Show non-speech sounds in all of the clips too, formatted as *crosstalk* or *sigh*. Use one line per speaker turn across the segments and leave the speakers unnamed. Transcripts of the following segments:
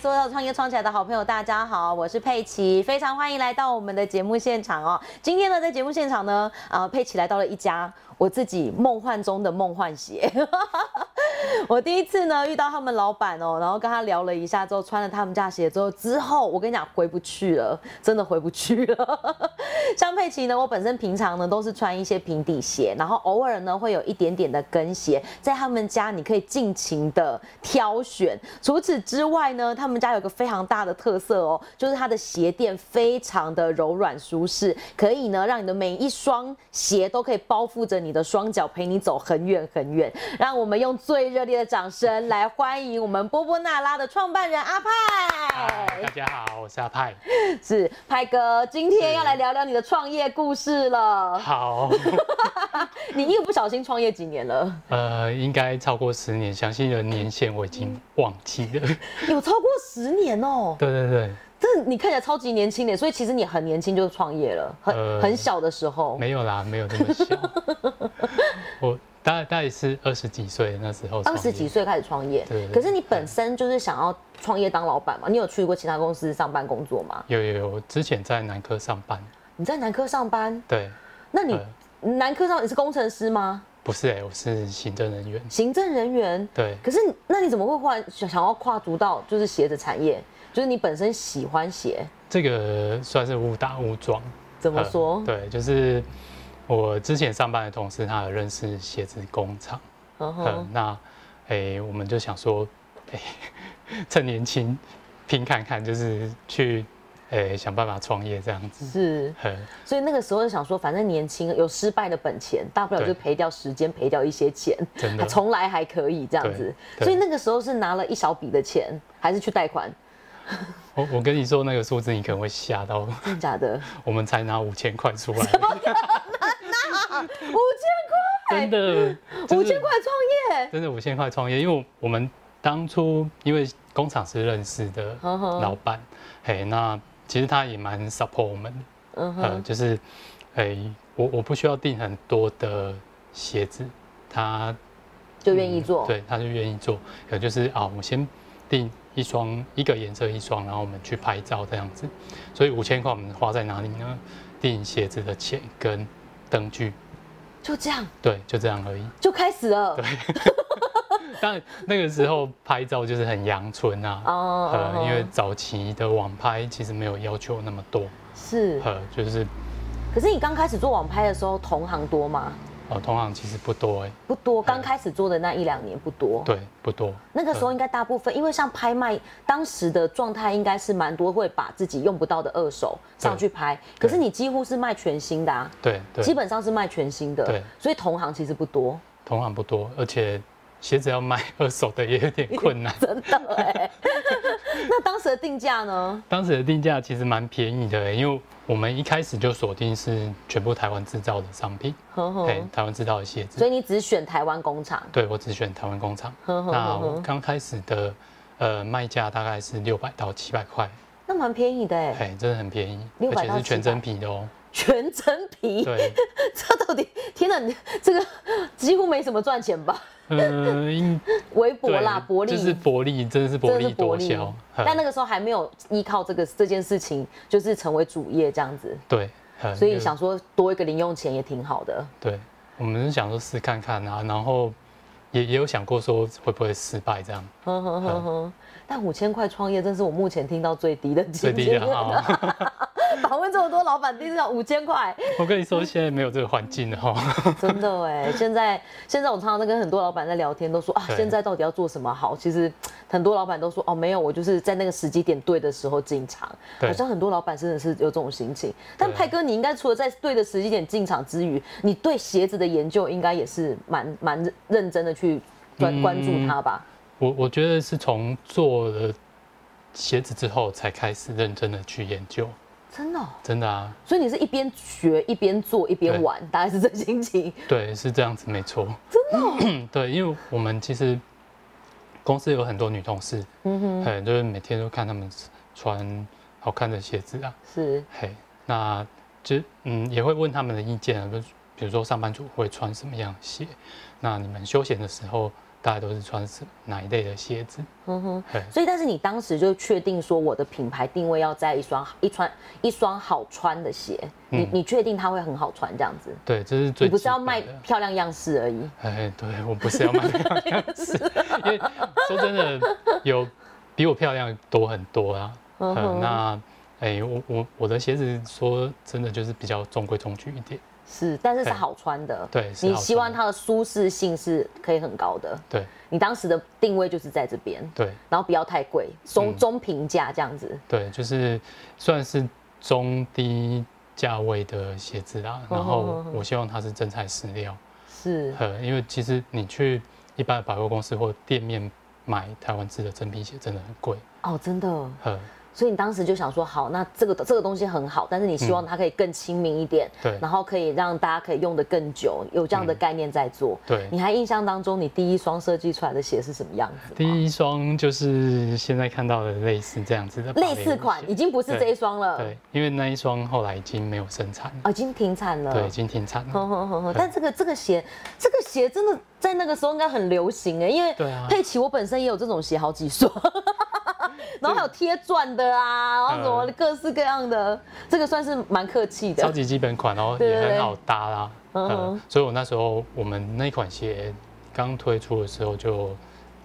所有创业创起来的好朋友，大家好，我是佩奇，非常欢迎来到我们的节目现场哦。今天呢，在节目现场呢，呃，佩奇来到了一家我自己梦幻中的梦幻鞋。 *laughs* 我第一次呢遇到他们老板哦，然后跟他聊了一下之后，穿了他们家鞋之后，之后我跟你讲回不去了，真的回不去了。 *laughs* 像佩奇呢，我本身平常呢都是穿一些平底鞋，然后偶尔呢会有一点点的跟鞋，在他们家你可以尽情的挑选。除此之外呢，他们家有个非常大的特色哦，就是它的鞋垫非常的柔软舒适，可以呢让你的每一双鞋都可以包覆着你的双脚，陪你走很远很远。让我们用最热烈的掌声来欢迎我们波波娜拉的创办人阿
嗨，大
派，
家好，我是阿派。
是派哥，今天
是
要来聊聊你的创业故事了。
好，
你一不小心创业几年了？
呃，应该超过十年，详细的年限我已经忘记了。
有超过十年哦、
对对对，
这你看起来超级年轻的，所以其实你很年轻就创业了，很、
呃
很小的时候。
没有啦，没有这
*laughs*
么小。我大大概是二十几岁那时候，
二十几，岁开始创业
对，
可是你本身就是想要创业当老板嘛？你有去过其他公司上班工作吗？
有有有，我之前在南科上班。
你在南科上班，
对，呃
那你、南科上你是工程师吗？
不是哎、我是行政人员。
行政人员？
对，
可是你那你怎么会忽然想想要跨足到就是鞋子产业？就是你本身喜欢鞋，
这个算是误打误撞。
怎么
呃
说？
对，就是我之前上班的同事，他有认识鞋子工厂。
嗯
嗯
哼，，
那诶、我们就想说，诶、 *laughs* 趁年轻拼看看，就是去诶、想办法创业这样子。
是。
嗯，
所以那个时候就想说，反正年轻有失败的本钱，大不了
对
就赔掉时间，赔掉一些钱， *laughs*
真
还
的，
重来还可以这样子。
对对
所以那个时候是拿了一小笔的钱，还是去贷
*laughs*
款？
我我跟你说那个数字，你可能会吓到。
真的假的？
我们才拿五千块出来，
五千
*laughs* 真的，
块，
就
五
是
千块创业，
真的五千块创业，因为我们当初因为工厂是认识的
呵呵
老板，嘿，那其实他也蛮 support 我们的，
嗯
呃，
哼，
就是，诶、我我不需要订很多的鞋子，他
就愿意做。
嗯对，他就愿意做，可能就是啊，我先订一双一个颜色一双，然后我们去拍照这样子，所以五千块我们花在哪里呢？订鞋子的钱跟灯具，
就这样
对，就这样而已。
就开始了。
当然那个时候拍照就是很阳春啊。
哦
呃，因为早期的网拍其实没有要求那么多，
是，
呃，就是
可是你刚开始做网拍的时候，同行多吗？
呃，同行其实不多哎、
不多，刚开始做的那一两年不多。
对，不多。
那个时候应该大部分，因为像拍卖当时的状态，应该是蛮多会把自己用不到的二手上去拍。可
对
是你几乎是卖全新的啊，
对对，
基本上是卖全新的
对，
所以同行其实不多， *laughs*
同行不多，而且鞋子要卖二手的也有点困难。
真的哎、
*laughs*
那当时的定价呢？
当时的定价其实蛮便宜的、欸因为我们一开始就锁定是全部台湾制造的商品，
呵呵
哎、台湾制造的鞋
哦所
子。
以你只选台湾工厂，
对我只选台湾工厂。
呵呵
那
呵
我
呵，
刚开始的呃卖价大概是六百到七百块，
那蛮便宜的哎、
哎、真的很便宜，
600
而且
到
是全真皮的哦、
全真皮，
对，
*laughs*
*laughs*
这到底天哪，你这个几乎没什么赚钱吧？
呃，应
微薄
对
啦，薄利
就是薄利，真的是薄
真的
利
是薄
多
利
销。呃
但那个时候还没有依靠这个这件事情，就是成为主业这样子，
对，呃
所
因
以
为
想说多一个零用钱也挺好的。
对，我们是想说试看看啊，然后也也有想过说会不会失败这样，
哼哼哼哼，但五千块创业真是我目前听到最低的
嗯最
经
低
验
的。哈。
访问这么多老板，第一次要五千块，
我跟你说，现在没有这个环境了哈。 *laughs*
真的哎。现在现在我常常在跟很多老板在聊天，都说啊，
对
现在到底要做什么好？其实很多老板都说哦，没有，我就是在那个时机点对的时候进场。
对
好像很多老板真的是有这种心情。但
对
派哥，你应该除了在对的时机点进场之余，你对鞋子的研究应该也是蛮蛮认真的去关
嗯
关注它吧？
我我觉得是从做了鞋子之后才开始认真的去研究，
真的哦、
真的啊，
所以你是一边学一边做一边
对
玩，大概是这心情。
对，是这样子没错。真
哦
的、 *coughs* 对，因为我们其实公司有很多女同事，
嗯哼，
哎、就是每天都看她们穿好看的鞋子啊，
是
嘿，那就嗯也会问他们的意见啊，比如比如说上班族会穿什么样的鞋，那你们休闲的时候大概都是穿什哪一类的鞋子。
嗯哼
对，
所以但是你当时就确定说我的品牌定位要在一双一穿一双好穿的鞋，你
嗯
你确定它会很好穿这样子？
对，这是最
你不是
基
要
本
卖
的
漂亮样式而已，
哎，对我不是要卖漂亮样
*laughs*
子，
啊
因为说真的，有比我漂亮多很多啊。
嗯
嗯，
哼
那哎，我我我的鞋子说真的就是比较中规中矩一点，
是，但是是
对
好穿的。
对是
你
好
希
穿
望
的
它的舒适性是可以很高的。
对
你当时的定位就是在这边，
对
然后不要太贵，中
嗯
中平价这样子。
对，就是算是中低价位的鞋子啦。
嗯
然后
嗯嗯
我希望它是真材实料，
是，
呃，因为其实你去一般的百货公司或店面买台湾制的真皮鞋真的很贵，
哦，真的。
呃，
所以你当时就想说，好，那这个这个东西很好，但是你希望它可以更亲民一点，
嗯对
然后可以让大家可以用得更久，有这样的概念在做。
嗯对。
你还印象当中，你第一双设计出来的鞋是什么样子吗？
第一双就是现在看到的类似这样子的
类似款已
芭蕾舞鞋
经不是这一双了，
对，因为那一双后来已经没有生产了，
哦，已经停产哦了。
对，已经停产了。
哼哼哼哼，但这个这个鞋，这个鞋真的在那个时候应该很流行哎，因为
对啊
佩奇我本身也有这种鞋好几
*laughs*
双，然后还有贴钻的啊，然后什么
嗯
各式各样的，这个算是蛮客气的
超。级基本款，然后
对
也
对
很
对
好搭啦。
嗯哼
嗯，所以我那时候我们那款鞋刚推出的时候就，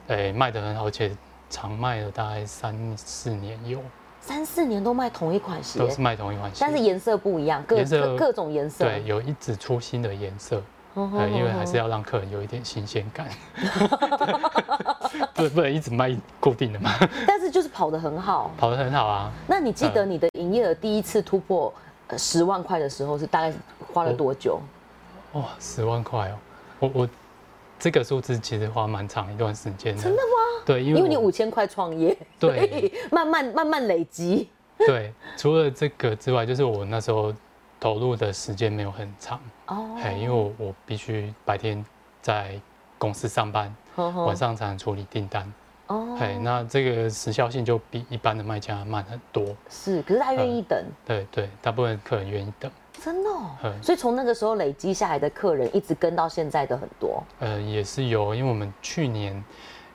诶、卖的很好，而且常卖了大概三四年有，
三四年都卖同一款鞋
都，是卖同一款鞋。
但是颜色不一样，各
颜色
各各种颜色。嗯
对，有一直出新的颜色，
哼哼
对，因为还是
哼
要让客人有一点新鲜
*laughs*
感， *laughs* 对，不不能一直卖固定的嘛，
哼但是就是跑得很好。
跑得很好啊。
那你记得你的营业额第一次突破呃十万块的时候是大概花了
我
多久？
哇、十万块哦！我我这个数字其实花蛮长一段时间的。真的吗？对，因为
因为你
我
五千块创业，
对
所以慢慢慢慢累积。
对，除了这个之外，就是我那时候投入的时间没有很长，
哦
哎、因为我我必须白天在公司上班，晚
晚
上才能处理订单，
哦
哎、那这个时效性就比一般的卖家慢很多。
是，可是他愿意等，
对对，大部分客人愿意等，
真的哦、
嗯
所以从那个时候累积下来的客人，一直跟到现在的很多。
呃，也是有，因为我们去年，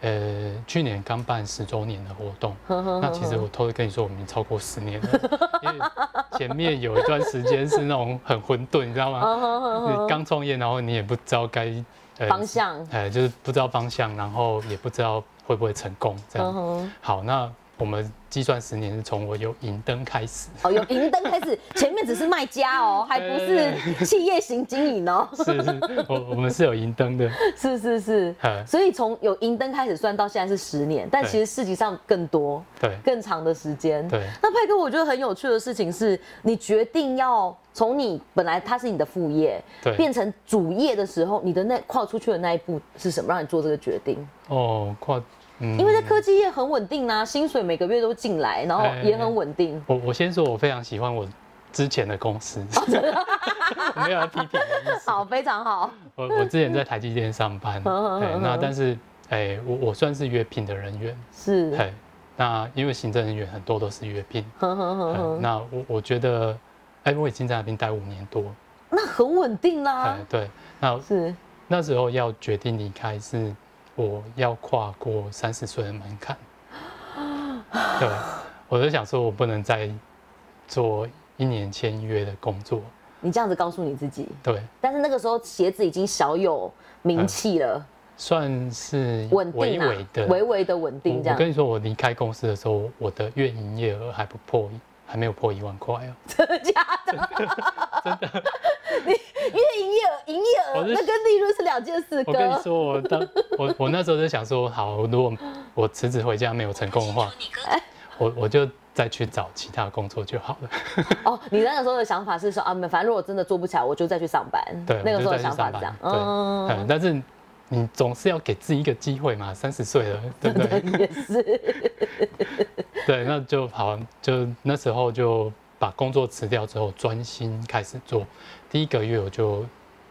呃，去年刚办十周年的活
*laughs*
动，那其实我偷偷跟你说，我们已经超过十年了， *laughs* 因为前面有一段时间是那种很混沌，你知道
哦 *laughs*
吗？你刚创业，然后你也不知道该、呃
嗯方，向，
呃，就是不知道方向，然后也不知道会不会成功，这
嗯
样。
哼，
好，那我们计算十年是从我有银灯开始， *laughs*
哦，有银灯开始，前面只是卖家哦，还不是企业型经营哦， *laughs*
是是，我我们是有银灯的，
是是是。
呃，
所以从有银灯开始算到现在是十年，但
对
其实实际上更多、
对
更长的时间。
对
那派哥，我觉得很有趣的事情是，你决定要从你本来它是你的副业，
对。
变成主业的时候，你的那跨出去的那一步是什么？让你做这个决定？
哦，跨，嗯，
因为在科技业很稳定啊，薪水每个月都进来，然后也很稳定。
我我先说，我非常喜欢我之前的公司，
哦
没有要批评的意思。
好，非常好。
我我之前在台积电上班，
嗯嗯
对，
嗯
那
嗯
但是哎，我我算是约聘的人员，
是，
对，那因为行政人员很多都是约聘，
哼哼
对
哼嗯哼，
那我我觉得，哎，我已经在那边待五年多，
那很稳定啦
哎，。对，那
是，
那时候要决定离开是我要跨过三十岁的门槛，对，我就想说我不能再做一年签约的工作，
你这样子告诉你自己。
对，
但是那个时候鞋子已经小有名气了，
算是
稳
微
定啊
微的，
微微的稳定这
我我
样。
跟你说，我离开公司的时候，我的月营业额还不破一，还没有破一万块哦。
因为营业额、营业额
我是
那跟利润是两件事，
我跟你
哥。
说，我当我我那时候就想说，好，如果我辞职回家没有成功的话，我我就再去找其他工作就好了。
哦，你那个时候的想法是说啊，反正如果真的做不起来，我就再去上班。
对，
那个
我
时候
就
的
再
想
去
法
上
是
班。
这样。
对，嗯，但是你总是要给自己一个机会嘛，三十岁了，对不
*laughs*
对？
也是，
*laughs* 对，那就好，就那时候就把工作辞掉之后，专心开始做。第一个月我就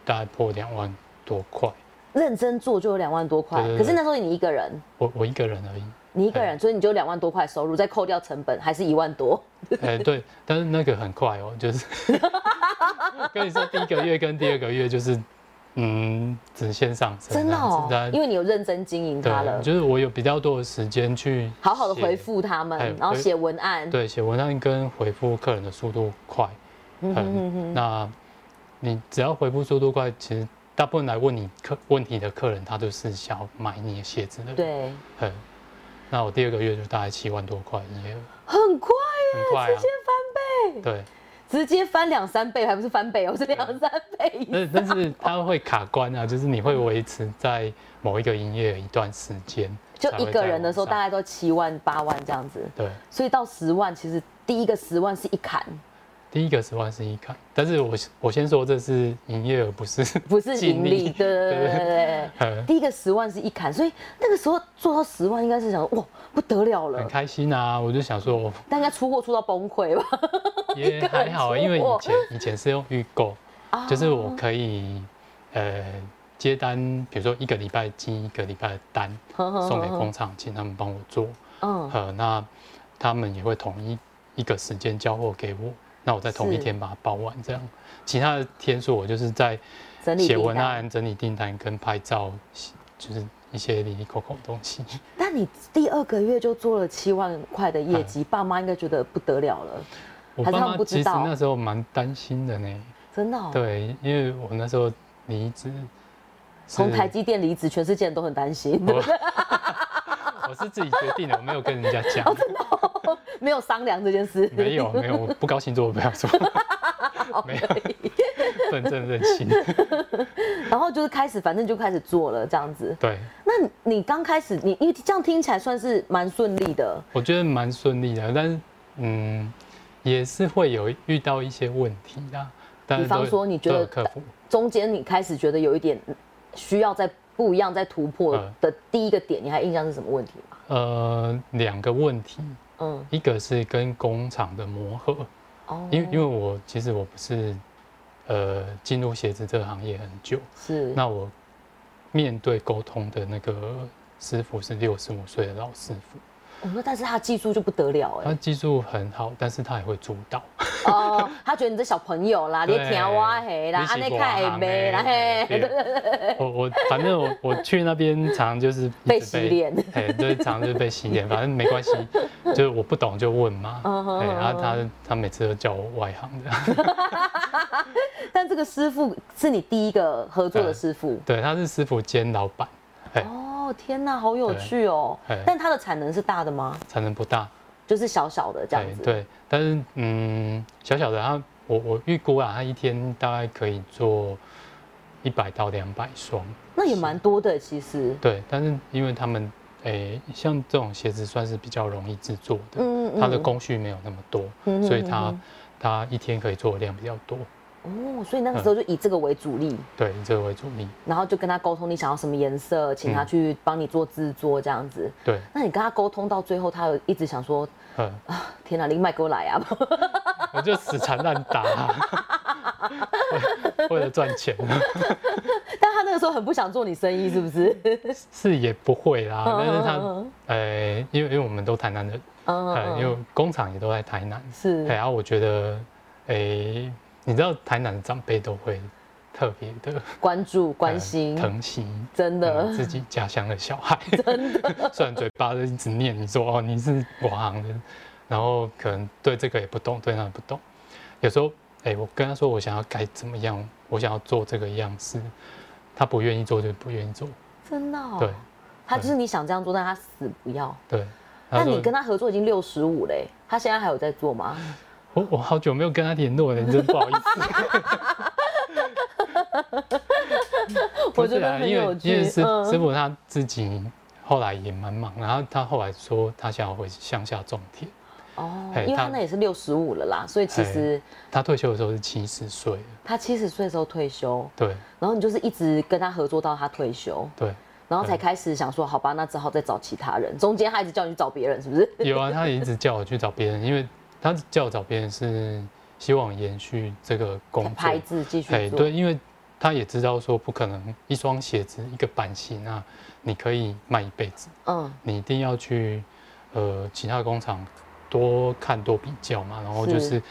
大概破两万多块，
认真做就有两万多块。
对对对
可是那时候你一个人，
我我一个人而已。
你一个人，所以你就两万多块收入，再扣掉成本，还是一万多。
哎、对，但 *laughs* 是那个很快哦，就是跟你说，第一个月跟第二个月就是嗯，只线上生
真的哦
这样，子
因为你有认真经营它
啊对，
了，
就是我有比较多的时间去
好好的
写
回，复他
哎
们，然后
回
写文案，
对，写文案跟回复客人的速度快，
嗯哼哼哼，
那你只要回复速度快，其实大部分来问你客问题的客人，他都是想要买你的鞋子的。，
对，
嗯。那我第二个月就大概七万多块营业额，
很快
很快啊，直接翻倍。对，
直接翻两三倍，还不是翻倍哦，是两三倍以上。
但但是它会卡关啊，就是你会维持在某一个营业额一段时间，
就
才
一
会
个
再
人的
往
时候，
上
大概都七万八万这样子，
对。
所以到十万，其实第一个十万是一砍，
第一个十万是一看，但是我我先说这是营业额，不是
*laughs* 不
*laughs*
是盈利，对对对对对对
呃，
第一个十万是一砍，所以那个时候做到十万，应该是想说哇不得了
很
了，
开心啊！我就想
*laughs*
说，我
但应该出货出到崩溃吧？
也还好啊，
一个人出
因为
货
以前以前是用预购，
啊
*laughs* 就是我可以呃接单，比如说一个礼拜寄一个礼拜的单送给工厂，请他们帮我做，
嗯，
呃，那他们也会统一一个时间交货给我，那我在同一
是
天把它包完，这样，其他的天数我就是在
整理
写
订
文
单。
案、整理订单跟拍照，就是一些里里口口的东西。
但你第二个月就做了七万块的业
嗯
绩，爸妈应该觉得不得了了，
我
还是
爸
他们
妈
不知
其实
道
那时候蛮担心的呢，
真的、哦。
对，因为我那时候离职，
从
是
台积电离职，全世界人都很担心，
我我是自己决定的，我没有跟人家
*laughs*
讲，
哦没有商量这件事。
没有没有，我不高兴做我不要
*laughs*
做，没
哦
有， *laughs* 不能这么任性。
然后就是开始，反正就开始做了这样子。
对，
那你刚开始，你因为这样听起来算是蛮顺利的，
我觉得蛮顺利的，但是嗯，也是会有遇到一些问题啦。但是
比方
都有
说你觉
都有
得
克服？
中间你开始觉得有一点需要再不一样、再突破
嗯
的第一个点，你还印象是什么问题吗？
呃，两个问题，
嗯，
一个是跟工厂的磨合，
哦
因为因为我其实我不是呃进入鞋子这个行业很久，
是
那我面对沟通的那个师傅是六十五岁的老师傅，
哦，那但是他技术就不得了
他
哎，
技术很好，但是他也会主导，
哦，他觉得你这小朋友啦，啊你
对
听我嘿啦，
你
安
是
内
我
看
行
也
的
没啦嘿，
对我我反正我我去那边常常就是一直
被洗
*laughs*
脸，
哎，对，常常就是被洗脸，反正没
*laughs*
关系，就是我不懂就问嘛，
嗯哼哦
哎，然
嗯
后他他每次都叫我外行的，
但这个师傅是你第一个合作的师傅。
对，他是师傅兼老板，哎，
哦，天哪，好有趣哦
对哎！
但它的产能是大的吗？
产能不大，
就是小小的这
对
样子。，
对，但是嗯，小小的他，我我预估啊，他一天大概可以做一百到两百双，
那也蛮多的其实。
对，但是因为他们诶、像这种鞋子算是比较容易制作的，
嗯嗯
它的工序没有那么多，
嗯哼
所以
嗯
它它一天可以做的量比较多，
哦，所以那个时
嗯
候就以这个为主力，
对，以这个为主力，
然后就跟他沟通你想要什么颜色，请
嗯
他去帮你做制作这样子。
对，
那你跟他沟通到最后，他有一直想说
嗯，
啊，天哪，林麦给我来啊！ *laughs*
我就死缠烂打、啊 *laughs* 为为了赚钱，
但他那个时候很不想做你生意，是不是？ *laughs*
是也不会啦，但是
嗯
他
嗯
诶、因为因为我们都台南人，
嗯
呃，因为哎工厂也都在台南，
是
对，然后啊我觉得，诶、你知道台南的长辈都会特别的
关注关心，
哎疼惜，
真的
嗯自己家乡的小
*laughs*
孩， *laughs* 虽然嘴巴一直念你说哦你是我行的，然后可能对这个也不懂，对那个不懂，有时候哎、我跟他说我想要该怎么样，我想要做这个样式，他不愿意做就不愿意做，
真的、哦。
对，
他就是你想这样做，但他死不要。
对。他
那
说
你跟他合作已经六十五嘞，他现在还有在做
*laughs*
吗？
哦我我好久没有跟他联络了，真不好意
*laughs*
思。
我
不
觉
是
得
啊，
很
因
有
为因
趣。嗯
为师师傅他自己后来也蛮忙，然后他后来说他想要回乡下种田，
哦，
嘿
因为他
哎他哎
那也是六十五了啦，所以其实
他退休的时候是七十岁了，
他七十岁的时候退休，
对
然后你就是一直跟他合作到他退休，
对。
然
嗯
后才开始想说，好吧，那只好再找其他人。中间他一直叫你去找别人，是不是？
有啊，他也一直叫我去找别人，因为他叫我找别人是希望延续这个工作。
牌子继续
哎，
做。
对，因为他也知道说不可能一双鞋子一个版型啊，你可以卖一辈子，
嗯，
你一定要去呃其他工厂多看多比较嘛，然后就是是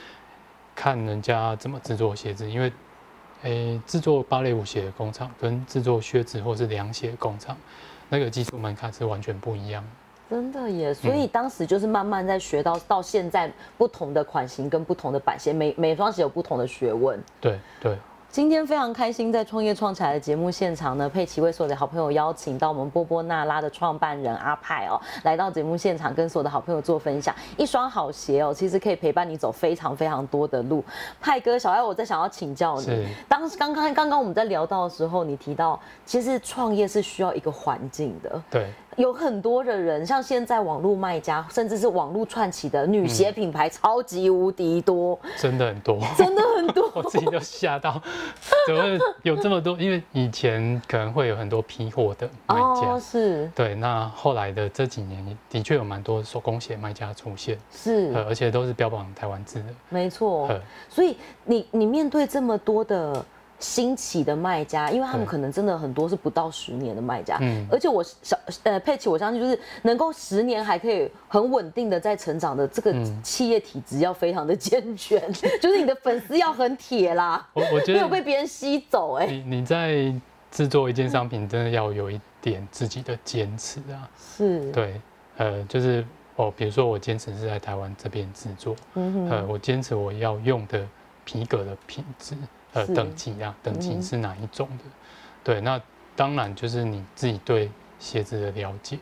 看人家怎么制作鞋子，因为诶制作芭蕾舞鞋的工厂跟制作靴子或是凉鞋的工厂，那个技术门槛是完全不一样的。
真的耶，所
嗯
以当时就是慢慢在学到，到现在不同的款型跟不同的版型，每每双鞋有不同的学问。
对对，
今天非常开心，在创业创起来的节目现场呢，佩奇为所有的好朋友邀请到我们波波娜拉的创办人阿派哦，来到节目现场跟所有的好朋友做分享。一双好鞋哦，其实可以陪伴你走非常非常多的路。派哥，小艾，我在想要请教
是
你，当时刚刚刚刚我们在聊到的时候，你提到其实创业是需要一个环境的，
对
有很多的人，像现在网络卖家，甚至是网络串起的女鞋品
嗯
牌，超级无敌多，
真的很多。
*laughs* 真的很多。
*laughs* 我自己都吓到， *laughs* 怎么会有这么多？因为以前可能会有很多批货的卖家，
哦，是
对。那后来的这几年，的确有蛮多手工鞋卖家出现，呃，
是，
而且都是标榜台湾制的。
没错
呃。
所以你你面对这么多的兴起的卖家，因为他们
对
可能真的很多是不到十年的卖家，
嗯
而且我小呃佩奇，我相信就是能够十年还可以很稳定的在成长的这个
嗯
企业体质要非常的 *laughs* 健全，就是你的粉丝要很铁啦，
我我觉
没有被
得
别人吸走哎、
你你在制
嗯
作一件商品，真的要有一点自己的坚持啊。
是，
对，呃，就是哦，比如说我坚持是在台湾这边制作，
嗯哼
呃，我坚持我要用的皮革的品质，呃，
是
等级啊，等
嗯
级
哼
是哪一种的？对，那当然就是你自己对鞋子的了解，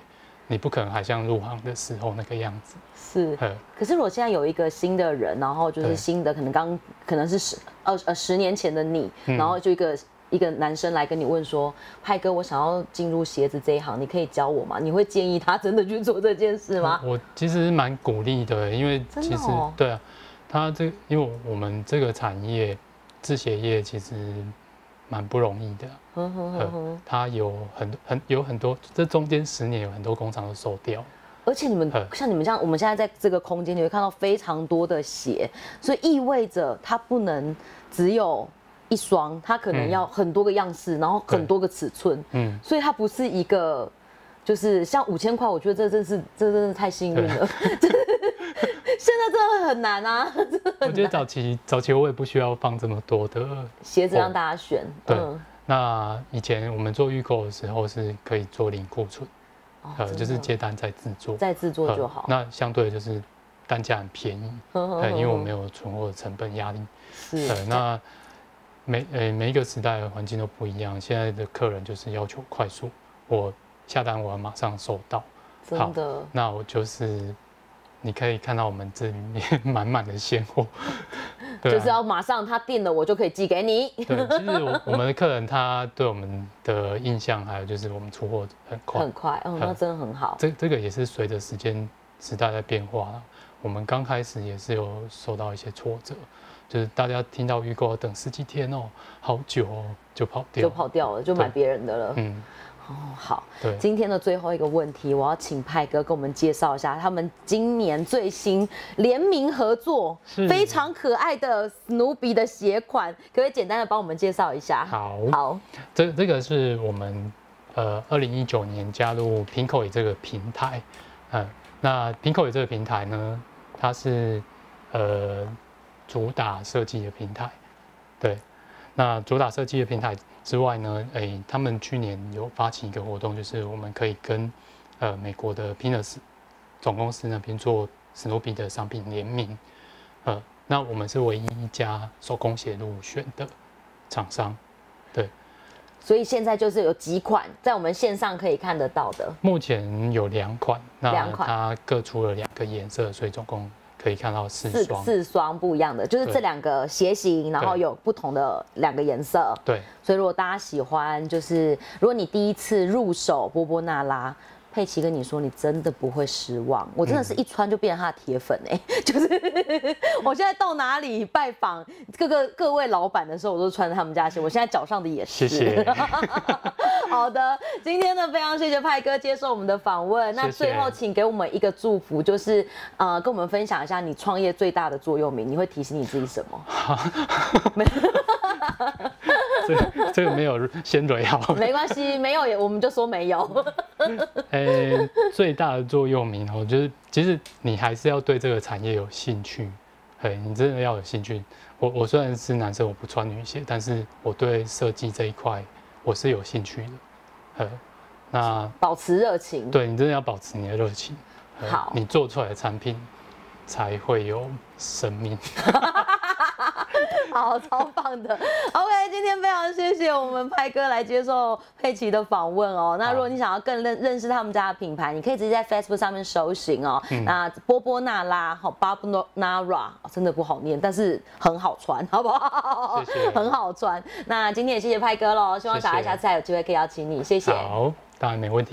你不可能还像入行的时候那个样子。
是。
呃，
可是如果现在有一个新的人，然后就是
对
新的，可能刚可能是十二呃十年前的你，
嗯
然后就一个一个男生来跟你问说，派哥，我想要进入鞋子这一行，你可以教我吗？你会建议他真的去做这件事吗？
我其实蛮鼓励的，欸因为
真的
其实、
哦
对啊，它这因为我们这个产业制鞋业其实蛮不容易的啊，
哼哼哼哼。
它有很很有很多，这中间十年有很多工厂都收掉。
而且你们
嗯
像你们像我们现在在这个空间，你会看到非常多的鞋，所以意味着它不能只有一双，它可能
嗯
要很多个样式，然后很
对
多个尺寸。 *laughs*
嗯，
所以它不是一个，就是像五千块，我觉得这真是这真的太幸运了， *laughs* 现在真的很难啊，
我觉得早期早期我也不需要放这么多的。
鞋子让大家选，嗯
对，那以前我们做预购的时候是可以做零库存，
哦
呃，就是
真的
接单再制作，
再制作就
呃
好，嗯
那相对就是单价很便宜，
呵呵
呃，因为我
呵
没有存货的成本压力。
是
呃，那每呃每一个时代的环境都不一样，现在的客人就是要求快速，我下单我要马上收到。
真的
那我就是你可以看到我们这里面 *laughs* 满满的现货，对啊
就是要马上他定了，我就可以寄给你，
对，其实我我们的客人他对我们的印象，还有就是我们出货很快
很，快，哦，
嗯
那真的很好，
这这个也是随着时间时代在变化啦。我们刚开始也是有受到一些挫折，就是大家听到预购要等十几天哦，好久哦，就跑掉，
就跑掉了，就买
对
别人的了，
嗯，
哦，好。
对，
今天的最后一个问题，我要请派哥跟我们介绍一下他们今年最新联名合作
是
非常可爱的史努比的鞋款，可不可以简单的帮我们介绍一下？，
好，
好，
这这个是我们呃二零一九年加入 Pinko 这个平台，嗯，那 Pinko 这个平台呢，它是呃主打设计的平台，对，那主打设计的平台之外呢，诶，他们去年有发起一个活动，就是我们可以跟呃美国的 Pinus 总公司那边做史努比的商品联名，呃，那我们是唯一一家手工鞋入选的厂商。
所以现在就是有几款在我们线上可以看得到的，
目前有两款，那
两款
它各出了两个颜色，所以总共可以看到四
四
双。
四双不一样的，就是
对
这两个鞋型，然后有不同的两个颜色。
对，
所以如果大家喜欢，就是如果你第一次入手波波娜拉。佩奇跟你说，你真的不会失望。我真的是一穿就变成他的铁粉哎、 *laughs* 就是我现在到哪里拜访各个各位老板的时候，我都穿着他们家的鞋。我现在脚上的也是。
谢谢。
好的，今天呢非常谢谢派哥接受我们的访问。那
谢谢
最后请给我们一个祝福，就是呃跟我们分享一下你创业最大的座右铭，你会提醒你自己什么？
*laughs* *laughs* 这个这个没有先蕊
*laughs*
好。
没关系，没有也我们就说没有。
诶、哎最大的座右铭哦，就是其实你还是要对这个产业有兴趣，嘿，你真的要有兴趣。我我虽然是男生，我不穿女鞋，但是我对设计这一块我是有兴趣的。呃，那
保持热情。
对你真的要保持你的热情，呃
好
你做出来的产品才会有生命。
好，超棒的。OK，今 *laughs* 天非常谢谢我们派哥来接受佩奇的访问哦。那
好
如果你想要更认认识他们家的品牌，你可以直接在 Facebook 上面搜寻哦。
嗯
那波波娜拉好 b a b n a r a 真的不好念，但是很好穿，好不好？
谢谢
*laughs* 很好穿。那今天也谢谢派哥喽，希望小
谢
爱
谢
下次还有机会可以邀请你，谢谢。
好，当然没问题。